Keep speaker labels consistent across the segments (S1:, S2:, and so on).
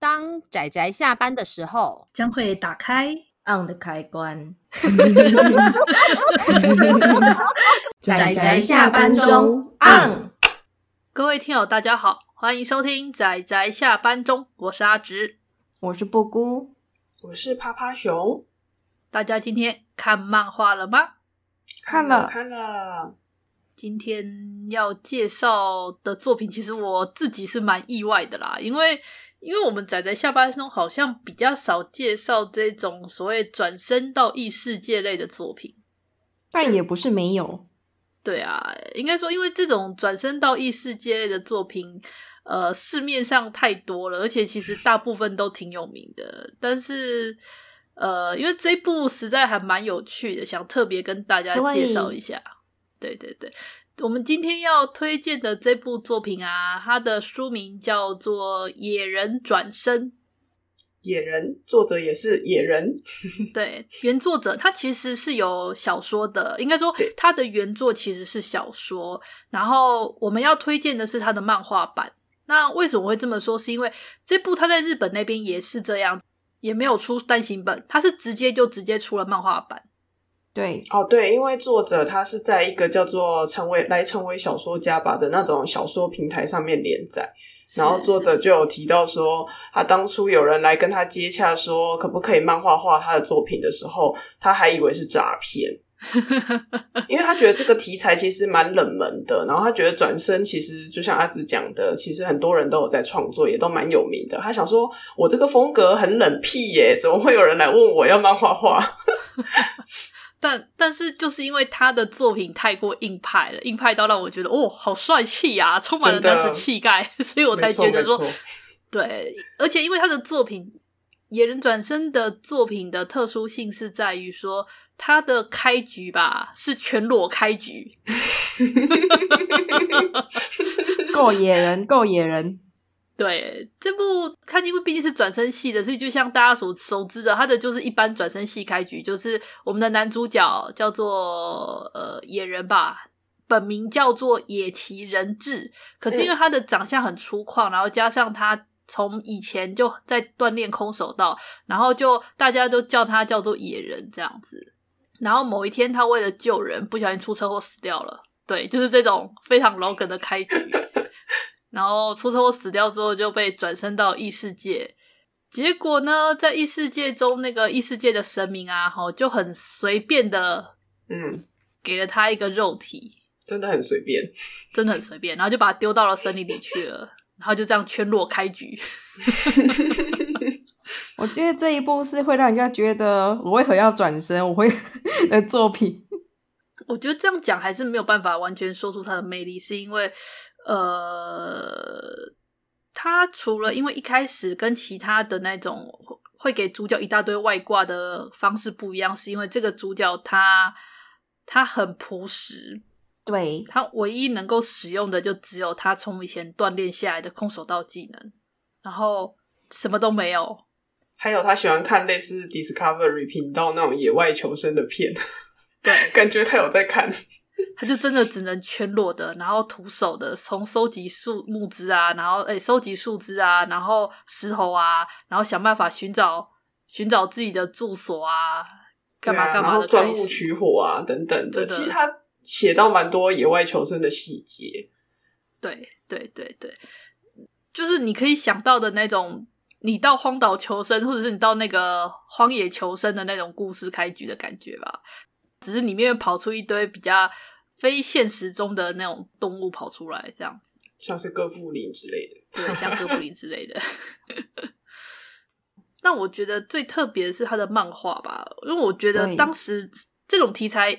S1: 当仔仔下班的时候，
S2: 将会打开。
S3: on 的 开关。
S1: 宅宅
S3: 仔仔
S1: 下
S3: 下
S1: 班
S3: 班
S1: 中
S3: 中 on。
S4: 各位听友，大家好，欢迎收听仔仔下班中，我是阿直。
S3: 我是布姑，
S5: 我是趴趴熊，
S4: 大家今天看漫画了吗？
S5: 看
S3: 了
S5: 看了，
S4: 今天要介绍的作品，其实我自己是蛮意外的啦，因为因为我们仔仔下班中好像比较少介绍这种所谓转身到异世界类的作品。
S3: 但也不是没有。
S4: 对啊，应该说，因为这种转身到异世界类的作品，呃，市面上太多了，而且其实大部分都挺有名的。但是，呃，因为这一部实在还蛮有趣的，想特别跟大家介绍一下。对对对，我们今天要推荐的这部作品啊，它的书名叫做《野人转身》。
S5: 野人，作者也是野人，
S4: 对，原作者他其实是有小说的，应该说
S5: 对
S4: 他的原作其实是小说，然后我们要推荐的是他的漫画版。那为什么会这么说？是因为这部他在日本那边也是这样，也没有出单行本，他是直接就直接出了漫画版。
S3: 对，
S5: 哦，对，因为作者他是在一个叫做“成为来成为小说家吧”的那种小说平台上面连载，然后
S4: 是
S5: 作者
S4: 是
S5: 就有提到说，他当初有人来跟他接洽说可不可以漫画化他的作品的时候，他还以为是诈骗，因为他觉得这个题材其实蛮冷门的，然后他觉得转身其实就像阿紫讲的，其实很多人都有在创作，也都蛮有名的。他想说，我这个风格很冷僻耶，怎么会有人来问我要漫画化？
S4: 但但是就是因为他的作品太过硬派了，硬派到让我觉得哦，好帅气啊，充满了
S5: 真的
S4: 男子气概，所以 我才
S5: 没错
S4: 觉得说
S5: 没错，
S4: 对，而且因为他的作品《野人转身》的作品的特殊性是在于说，他的开局吧是全裸开局，
S3: 够野人，够野人。
S4: 对，这部它因为毕竟是转身系的，所以就像大家所熟知的，它的就是一般转身系开局，就是我们的男主角叫做呃野人吧，本名叫做野崎仁志，可是因为他的长相很粗犷，然后加上他从以前就在锻炼空手道，然后就大家都叫他叫做野人这样子。然后某一天他为了救人，不小心出车祸死掉了。对，就是这种非常老梗的开局。然后出车祸死掉之后，就被转身到异世界。结果呢，在异世界中，那个异世界的神明啊，吼就很随便的
S5: 嗯，
S4: 给了他一个肉体，
S5: 真的很随便。
S4: 真的很随便，然后就把他丢到了森林里去了，然后就这样圈落开局。
S3: 我觉得这一部是会让人家觉得我为何 要转身，我会的作品。
S4: 我觉得这样讲还是没有办法完全说出它的魅力，是因为，呃，它除了因为一开始跟其他的那种会会给主角一大堆外挂的方式不一样，是因为这个主角他他很朴实，
S3: 对，
S4: 他唯一能够使用的就只有他从以前锻炼下来的空手道技能，然后什么都没有，
S5: 还有他喜欢看类似 Discovery 频道那种野外求生的片，
S4: 对，
S5: 感觉他有在看。
S4: 他就真的只能全裸的，然后徒手的，从收集树木枝啊，然后诶收集树枝啊，然后石头啊，然后想办法寻找寻找自己的住所啊，干嘛
S5: 对啊
S4: 干嘛
S5: 然
S4: 的
S5: 后钻
S4: 开
S5: 木
S4: 始
S5: 取火啊等等的。
S4: 真的
S5: 其实他写到蛮多野外求生的细节，
S4: 对对对对，就是你可以想到的那种，你到荒岛求生，或者是你到那个荒野求生的那种故事开局的感觉吧。只是里面跑出一堆比较非现实中的那种动物跑出来，这样子。
S5: 像是哥布林之类的。
S4: 对，像哥布林之类的。 但我觉得最特别的是他的漫画吧，因为我觉得
S3: 对
S4: 当时这种题材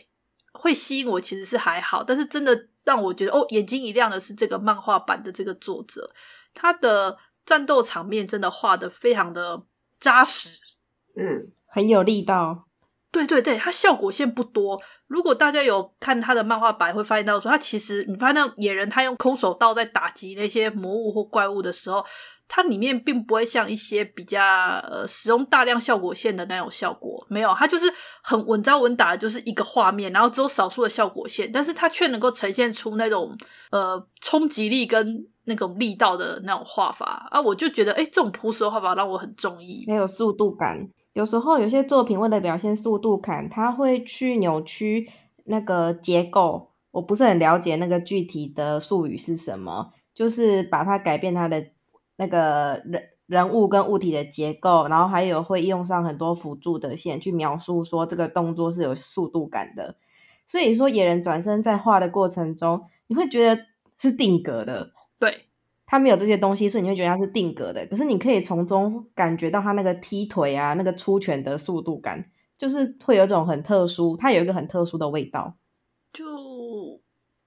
S4: 会吸引我，其实是还好，但是真的让我觉得哦，眼睛一亮的是这个漫画版的这个作者，他的战斗场面真的画的非常的扎实，
S5: 嗯，
S3: 很有力道。
S4: 对对对，它效果线不多。如果大家有看他的漫画版，会发现到说，他其实你发现到野人他用空手道在打击那些魔物或怪物的时候，它里面并不会像一些比较呃使用大量效果线的那种效果，没有，它就是很稳扎稳打的，就是一个画面，然后只有少数的效果线，但是它却能够呈现出那种呃冲击力跟那种力道的那种画法啊，我就觉得哎，这种朴实的画法让我很中意。
S3: 没有速度感。有时候有些作品为了表现速度感，它会去扭曲那个结构。我不是很了解那个具体的术语是什么，就是把它改变它的那个人人物跟物体的结构，然后还有会用上很多辅助的线去描述说这个动作是有速度感的。所以说野人转身在画的过程中，你会觉得是定格的，
S4: 对，
S3: 它没有这些东西，所以你会觉得它是定格的。可是你可以从中感觉到它那个踢腿啊，那个出拳的速度感，就是会有一种很特殊，它有一个很特殊的味道。
S4: 就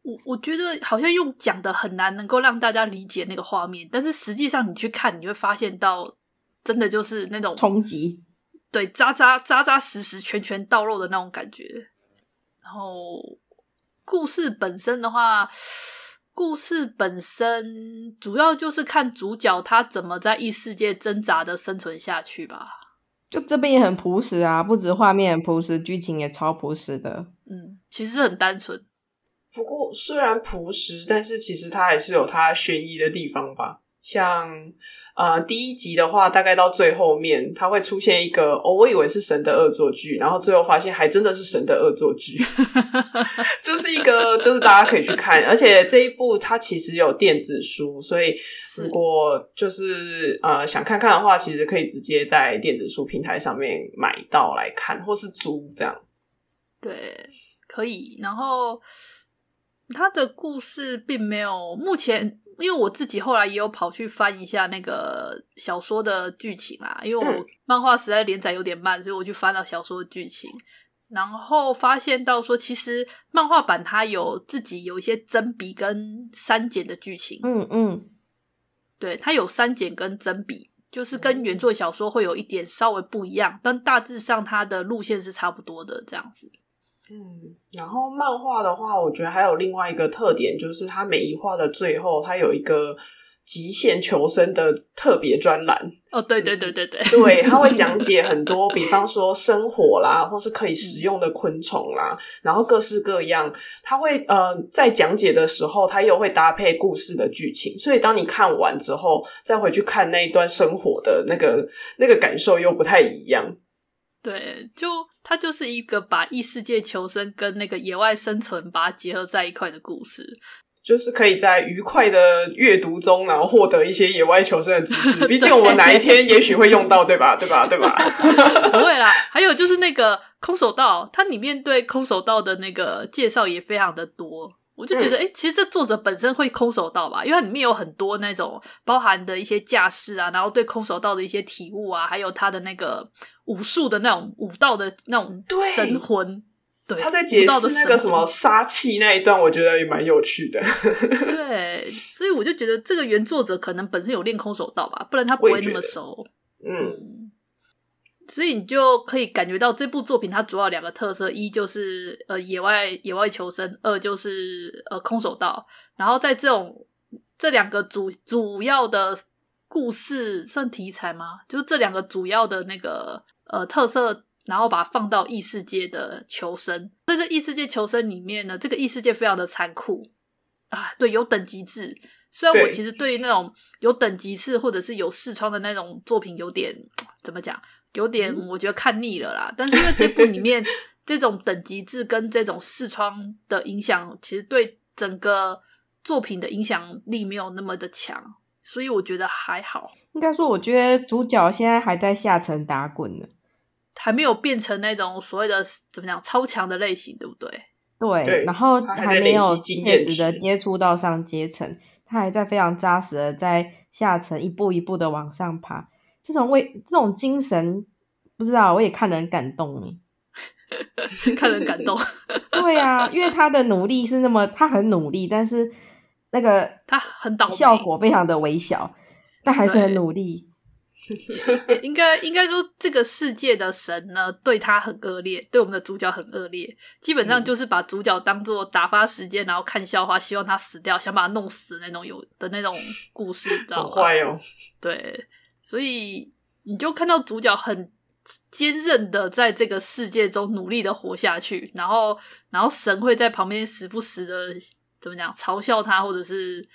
S4: 我我觉得好像用讲的很难能够让大家理解那个画面，但是实际上你去看，你会发现到真的就是那种
S3: 冲击
S4: 对扎扎扎扎实实、拳拳到肉的那种感觉。然后故事本身的话，故事本身主要就是看主角他怎么在异世界挣扎的生存下去吧。
S3: 就这边也很朴实啊，不止画面很朴实，剧情也超朴实的。
S4: 嗯，其实很单纯，
S5: 不过虽然朴实，但是其实它还是有它悬疑的地方吧。像呃第一集的话，大概到最后面，它会出现一个哦，我以为是神的恶作剧，然后最后发现还真的是神的恶作剧，就是一个就是大家可以去看。而且这一部它其实有电子书，所以
S4: 是
S5: 如果就是呃想看看的话，其实可以直接在电子书平台上面买到来看，或是租这样。
S4: 对，可以。然后他的故事并没有目前，因为我自己后来也有跑去翻一下那个小说的剧情啦，因为我
S5: 嗯
S4: 漫画实在连载有点慢，所以我去翻了小说的剧情，然后发现到说，其实漫画版它有自己有一些增笔跟删减的剧情，
S3: 嗯嗯，
S4: 对，它有删减跟增笔。就是跟
S5: 哦
S4: 原作小说会有一点稍微不一样，但大致上它的路线是差不多的这样子。
S5: 嗯，然后漫画的话，我觉得还有另外一个特点，就是它每一画的最后，它有一个极限求生的特别专栏，
S4: 哦，对对
S5: 就
S4: 对
S5: 是
S4: 对对，
S5: 对，它会讲解很多，比方说生火啦，或是可以食用的昆虫啦，然后各式各样。它会呃，在讲解的时候，它又会搭配故事的剧情，所以当你看完之后，再回去看那一段生火的那个那个感受又不太一样。
S4: 对，就它就是一个把异世界求生跟那个野外生存把它结合在一块的故事。
S5: 就是可以在愉快的阅读中，然后获得一些野外求生的 知识。毕竟我们哪一天也许会用到，对吧？对吧？对吧？
S4: 不会啦，还有就是那个空手道，它里面对空手道的那个介绍也非常的多。我就觉
S5: 嗯
S4: 得，哎、其实这作者本身会空手道吧，因为它里面有很多那种包含的一些架势啊，然后对空手道的一些体悟啊，还有他的那个武术的那种武道的那种
S5: 对
S4: 神魂。对，
S5: 他在解
S4: 武道的
S5: 释那个
S4: 神
S5: 什么
S4: 魂
S5: 杀气那一段，我觉得也蛮有趣的。
S4: 对，所以我就觉得这个原作者可能本身有练空手道吧，不然他不
S5: 我也
S4: 会那
S5: 觉
S4: 么
S5: 得
S4: 熟。
S5: 嗯，
S4: 嗯，所以你就可以感觉到这部作品它主要两个特色，一就是呃野外野外求生，二就是呃空手道。然后在这种这两个主主要的故事算题材吗？就是这两个主要的那个呃特色，然后把它放到异世界的求生。在这异世界求生里面呢，这个异世界非常的残酷啊，对，有等级制。虽然我
S5: 对
S4: 其实对于那种有等级制或者是有视窗的那种作品有点怎么讲，有点
S3: 嗯
S4: 我觉得看腻了啦。但是因为这部里 面这种等级制跟这种视窗的影响，其实对整个作品的影响力没有那么的强，所以我觉得还好，
S3: 应该说，我觉得主角现在还在下层打滚呢。
S4: 还没有变成那种所谓的怎么讲超强的类型，对不对？
S3: 对，
S5: 对
S3: 然后
S5: 他还在
S3: 还没
S5: 累积
S3: 有
S5: 经
S3: 确
S5: 验
S3: 实的
S5: 值
S3: 接触到上阶层，他还在非常扎实的在下层一步一步的往上爬。这种为这种精神，不知道我也看得很感动耶。
S4: 看人感动，
S3: 对啊，因为他的努力是那么，他很努力，但是那个
S4: 他很倒霉
S3: 效果非常的微小，但还是很
S4: 对
S3: 努力。
S4: 也 应该应该说，这个世界的神呢，对他很恶劣，对我们的主角很恶劣，基本上就是把主角当做打发时间，然后看笑话，希望他死掉，想把他弄死那种有的那种故事，你知道
S5: 好
S4: 吗？
S5: 坏哦。
S4: 对，所以你就看到主角很坚韧的在这个世界中努力的活下去，然后然后神会在旁边时不时的怎么讲嘲笑他，或者是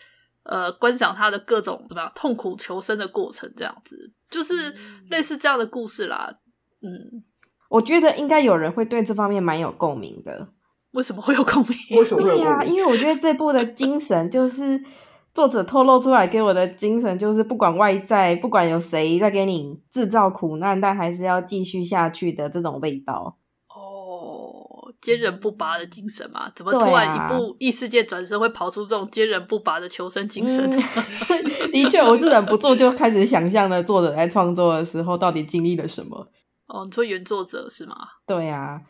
S4: 呃观赏他的各种怎么样痛苦求生的过程，这样子就是
S3: 嗯
S4: 类似这样的故事啦。嗯，
S3: 我觉得应该有人会对这方面蛮有共鸣的。
S4: 为什么会有共鸣？
S5: 为什么会有
S3: 对呀、
S5: 共鸣？
S3: 因为我觉得这部的精神就是作者透露出来给我的精神，就是不管外在，不管有谁在给你制造苦难，但还是要继续下去的这种味道。
S4: 哦，坚韧不拔的精神嘛，怎么
S3: 对啊
S4: 突然一部异世界转身会跑出这种坚韧不拔的求生精神？
S3: 嗯的确，我是忍不住就开始想象了作者在创作的时候到底经历了什么。
S4: 哦，你说原作者是吗？
S3: 对呀、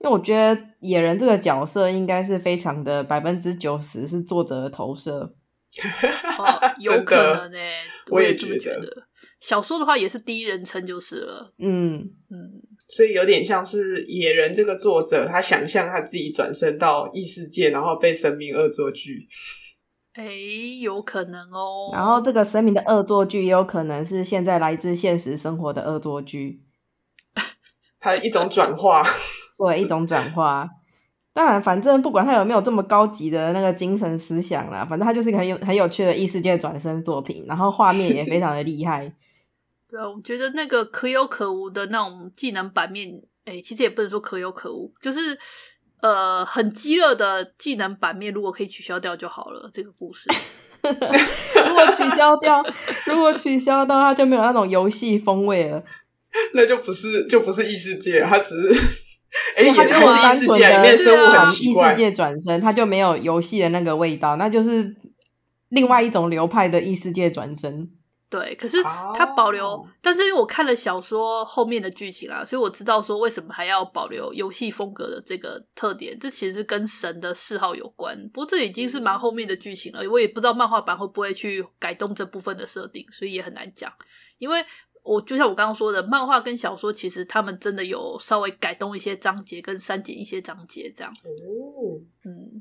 S3: 因为我觉得野人这个角色应该是非常的百分之九十是作者的投射。
S4: 哦，有
S5: 真
S4: 可
S5: 的
S4: 能呢、
S5: 我也
S4: 也这么
S5: 觉
S4: 觉
S5: 得
S4: 得。小说的话也是第一人称就是了，
S3: 嗯，
S4: 嗯，
S5: 所以有点像是野人这个作者，他想象他自己转身到异世界，然后被神明恶作剧。
S4: 哎、有可能哦。
S3: 然后这个神明的恶作剧也有可能是现在来自现实生活的恶作剧。
S5: 他一种转化，
S3: 对一种转化。当然，反正不管他有没有这么高级的那个精神思想啦，反正他就是一个很有很有趣的异世界转身作品，然后画面也非常的厉害。
S4: 对啊，我觉得那个可有可无的那种技能版面，哎、其实也不能说可有可无，就是呃，很饥饿的技能版面，如果可以取消掉就好了。这个故事，
S3: 如果取消掉，如果取消掉，它就没有那种游戏风味了。
S5: 那就不是就不是异世界，他只是哎，
S3: 对
S5: 也
S3: 它就
S5: 还是异
S3: 是单
S5: 世
S3: 纯
S5: 界啊里面
S3: 的
S5: 生物很奇
S3: 异世
S4: 啊
S5: 怪。
S3: 界转身，它就没有游戏的那个味道，那就是另外一种流派的异世界转身。
S4: 对，可是它
S5: 哦
S4: 保留，但是因为我看了小说后面的剧情啦，所以我知道说为什么还要保留游戏风格的这个特点，这其实是跟神的嗜好有关。不过这已经是蛮后面的剧情了，我也不知道漫画版会不会去改动这部分的设定，所以也很难讲。因为我就像我刚刚说的，漫画跟小说其实他们真的有稍微改动一些章节，跟删减一些章节这样子。
S5: 哦，
S4: 嗯，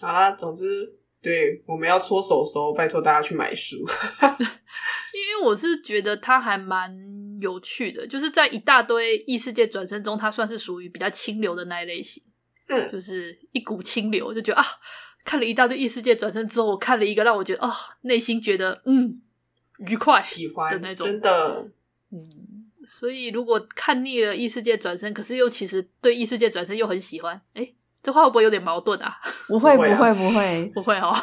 S5: 好啦，总之。对，我们要搓手手，拜托大家去 买书。
S4: 因为我是觉得它还蛮有趣的，就是在一大堆异世界转身中，它算是属于比较清流的那一类型，
S5: 嗯
S4: 就是一股清流，就觉得啊，看了一大堆异世界转身之后，我看了一个让我觉得啊，内心觉得嗯愉快
S5: 喜欢
S4: 的那种，
S5: 真的
S4: 嗯。所以如果看腻了异世界转身，可是又其实对异世界转身又很喜欢，哎，这话会不会有点矛盾啊？
S3: 不会，
S5: 不
S3: 不
S5: 会啊
S3: 会，不会。
S4: 不会哦，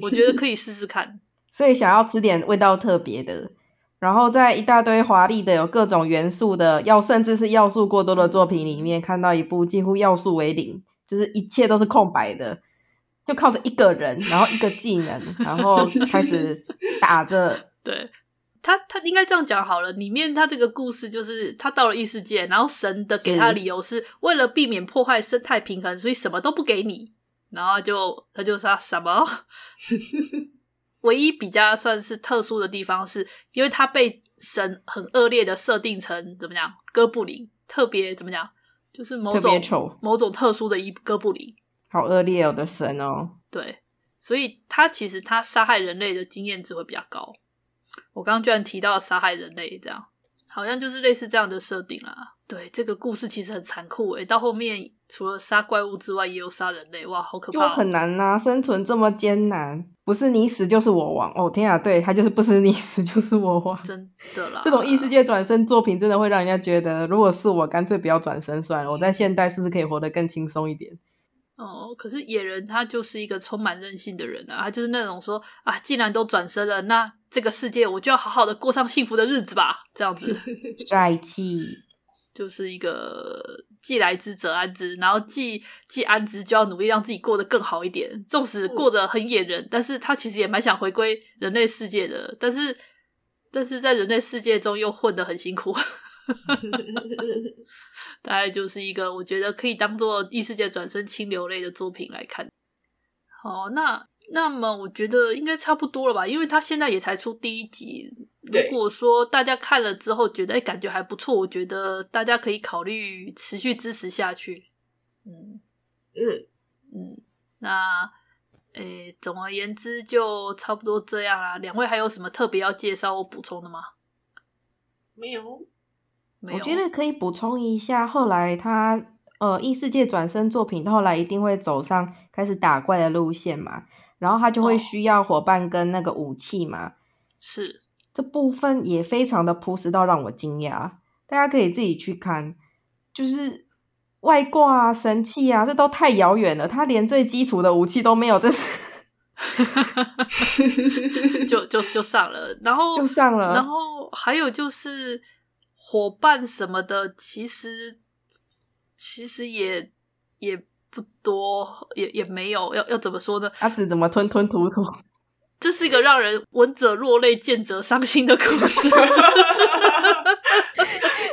S4: 我觉得可以试试看。
S3: 所以想要吃点味道特别的，然后在一大堆华丽的、有各种元素的，要甚至是要素过多的作品里面，看到一部几乎要素为零，就是一切都是空白的，就靠着一个人，然后一个技能，然后开始打着。
S4: 对他，他应该这样讲好了。里面他这个故事就是他到了异世界，然后神的给他的理由是为了避免破坏生态平衡，所以什么都不给你。然后就他就说什么， 唯一比较算是特殊的地方是，因为他被神很恶劣的设定成怎么讲哥布林，特别怎么讲，就是某
S3: 特别
S4: 种
S3: 丑
S4: 某种特殊的一哥布林。
S3: 好恶劣哦，我的神哦！
S4: 对，所以他其实他杀害人类的经验值会比较高。我刚刚居然提到杀害人类，这样好像就是类似这样的设定啦。对，这个故事其实很残酷诶、到后面除了杀怪物之外，也有杀人类，哇，好可
S3: 就
S4: 怕、
S3: 很难呐、生存这么艰难，不是你死就是我亡。哦，天啊，对他就是不是你死就是我亡。
S4: 真的啦。
S3: 这种异世界转身作品真的会让人家觉得，如果是我，干脆不要转身算了。我在现代是不是可以活得更轻松一点？
S4: 哦，可是野人他就是一个充满任性的人啊，他就是那种说啊，既然都转身了，那这个世界我就要好好的过上幸福的日子吧，这样子。
S3: 帅气，
S4: 就是一个既来之则安之，然后既既安之就要努力让自己过得更好一点。纵使过得很野人，但是他其实也蛮想回归人类世界的，但是但是在人类世界中又混得很辛苦。大概就是一个我觉得可以当做异世界转身清流类的作品来看。好，那那么我觉得应该差不多了吧，因为他现在也才出第一集。如
S5: 对
S4: 果说大家看了之后觉得哎、感觉还不错，我觉得大家可以考虑持续支持下去。嗯
S5: 嗯
S4: 嗯，那诶、总而言之就差不多这样啦。两位还有什么特别要介绍或补充的吗？
S5: 没有
S4: 没
S3: 我
S4: 有，
S3: 觉得可以补充一下，后来他呃异世界转身作品，后来一定会走上开始打怪的路线嘛，然后他就会
S4: 哦
S3: 需要伙伴跟那个武器嘛，
S4: 是
S3: 这部分也非常的朴实到让我惊讶，大家可以自己去看，就是外挂啊、神器啊，这都太遥远了，他连最基础的武器都没有，这是
S4: 就就就上了，然后
S3: 就上了
S4: 哦然后还有就是伙伴什么的，其实其实也也不多，也也没有，要要怎么说呢？
S3: 阿紫怎么吞吞吐吐？
S4: 这是一个让人闻者落泪、见者伤心的故事。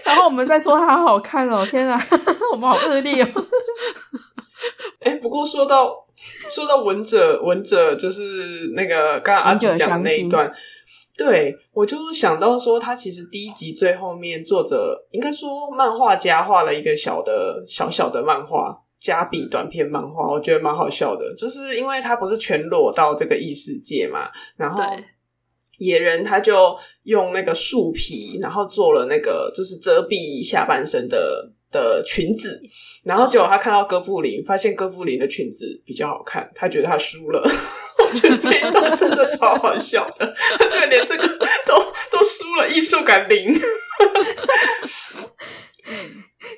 S3: 然后我们再说它好好 看哦，天啊， 我们好恶劣哦。
S5: 哎、不过说到说到文者，文者就是那个刚刚阿紫讲的那一
S3: 文
S5: 段，对我就想到说，他其实第一集最后面，作者应该说漫画家画了一个小的小小的漫画。加笔短篇漫画，我觉得蛮好笑的，就是因为他不是全裸到这个异世界嘛，然后
S4: 对
S5: 野人他就用那个树皮，然后做了那个就是遮蔽下半身的的裙子，然后结果他看到哥布林，发现哥布林的裙子比较好看，他觉得他输了。 我觉得这一段真的超好笑的，他居然连这个都都输了，艺术感零。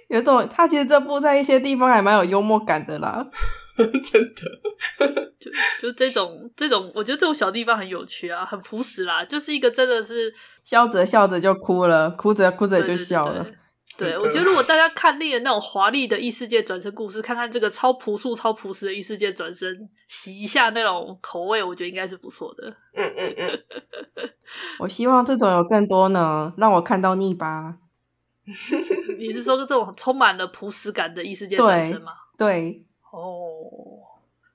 S3: 有种，他其实这部在一些地方还蛮有幽默感的啦。
S5: 真的，
S4: 就就这种这种，我觉得这种小地方很有趣啊，很朴实啦，就是一个真的是
S3: 笑着笑着就哭了，哭着哭着
S4: 对
S3: 就笑了。。
S4: 对对对对，
S5: 真的
S4: 我觉得如果大家看那个那种华丽的异世界转身故事，看看这个超朴素、超朴实的异世界转身，洗一下那种口味，我觉得应该是不错的。
S5: 嗯嗯嗯，
S3: 我希望这种有更多呢，让我看到腻吧。
S4: 你是说这种充满了朴实感的异世界转身吗？
S3: 对，
S4: 哦，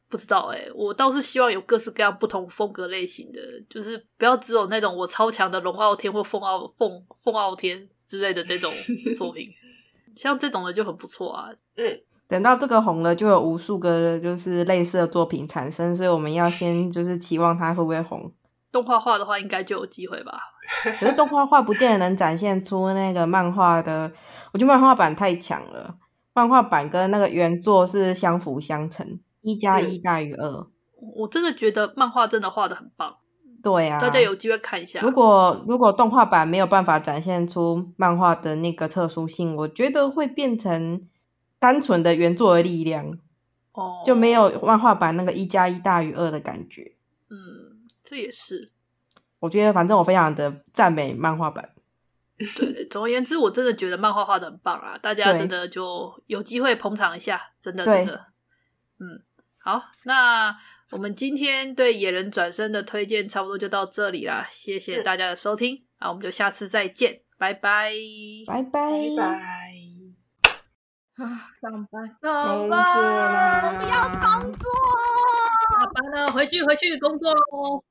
S4: 不知道哎、我倒是希望有各式各样不同风格类型的，就是不要只有那种我超强的龙傲天或凤傲凤凤傲天之类的这 种作品，像这种的就很不错啊。
S3: 等到这个红了，就有无数个就是类似的作品产生，所以我们要先就是期望它会不会红。
S4: 动画化的话，应该就有机会吧。
S3: 可是动画画不见得能展现出那个漫画的，我觉得漫画版太强了，漫画版跟那个原作是相辅相
S4: 嗯
S3: 成，一加一大于二。
S4: 我真的觉得漫画真的画的很棒，
S3: 对啊，
S4: 大家有机会看一下。
S3: 如果如果动画版没有办法展现出漫画的那个特殊性，我觉得会变成单纯的原作的力量，
S4: 哦
S3: 就没有漫画版那个一加一大于二的感觉。
S4: 嗯，这也是
S3: 我觉得反正我非常的赞美漫画版，
S4: 对。总而言之，我真的觉得漫画画的很棒啊，大家
S3: 对
S4: 真的就有机会捧场一下，真的
S3: 对
S4: 真的。嗯，好，那我们今天对《野人转身》的推荐差不多就到这里啦，谢谢大家的收听，啊，我们就下次再见，拜拜。
S3: 拜拜
S5: 拜拜，
S4: 啊，上班，
S5: 工
S4: 上
S5: 作
S4: 班，
S5: 啦，不要工作。
S4: 下班了，回去回去工作喽。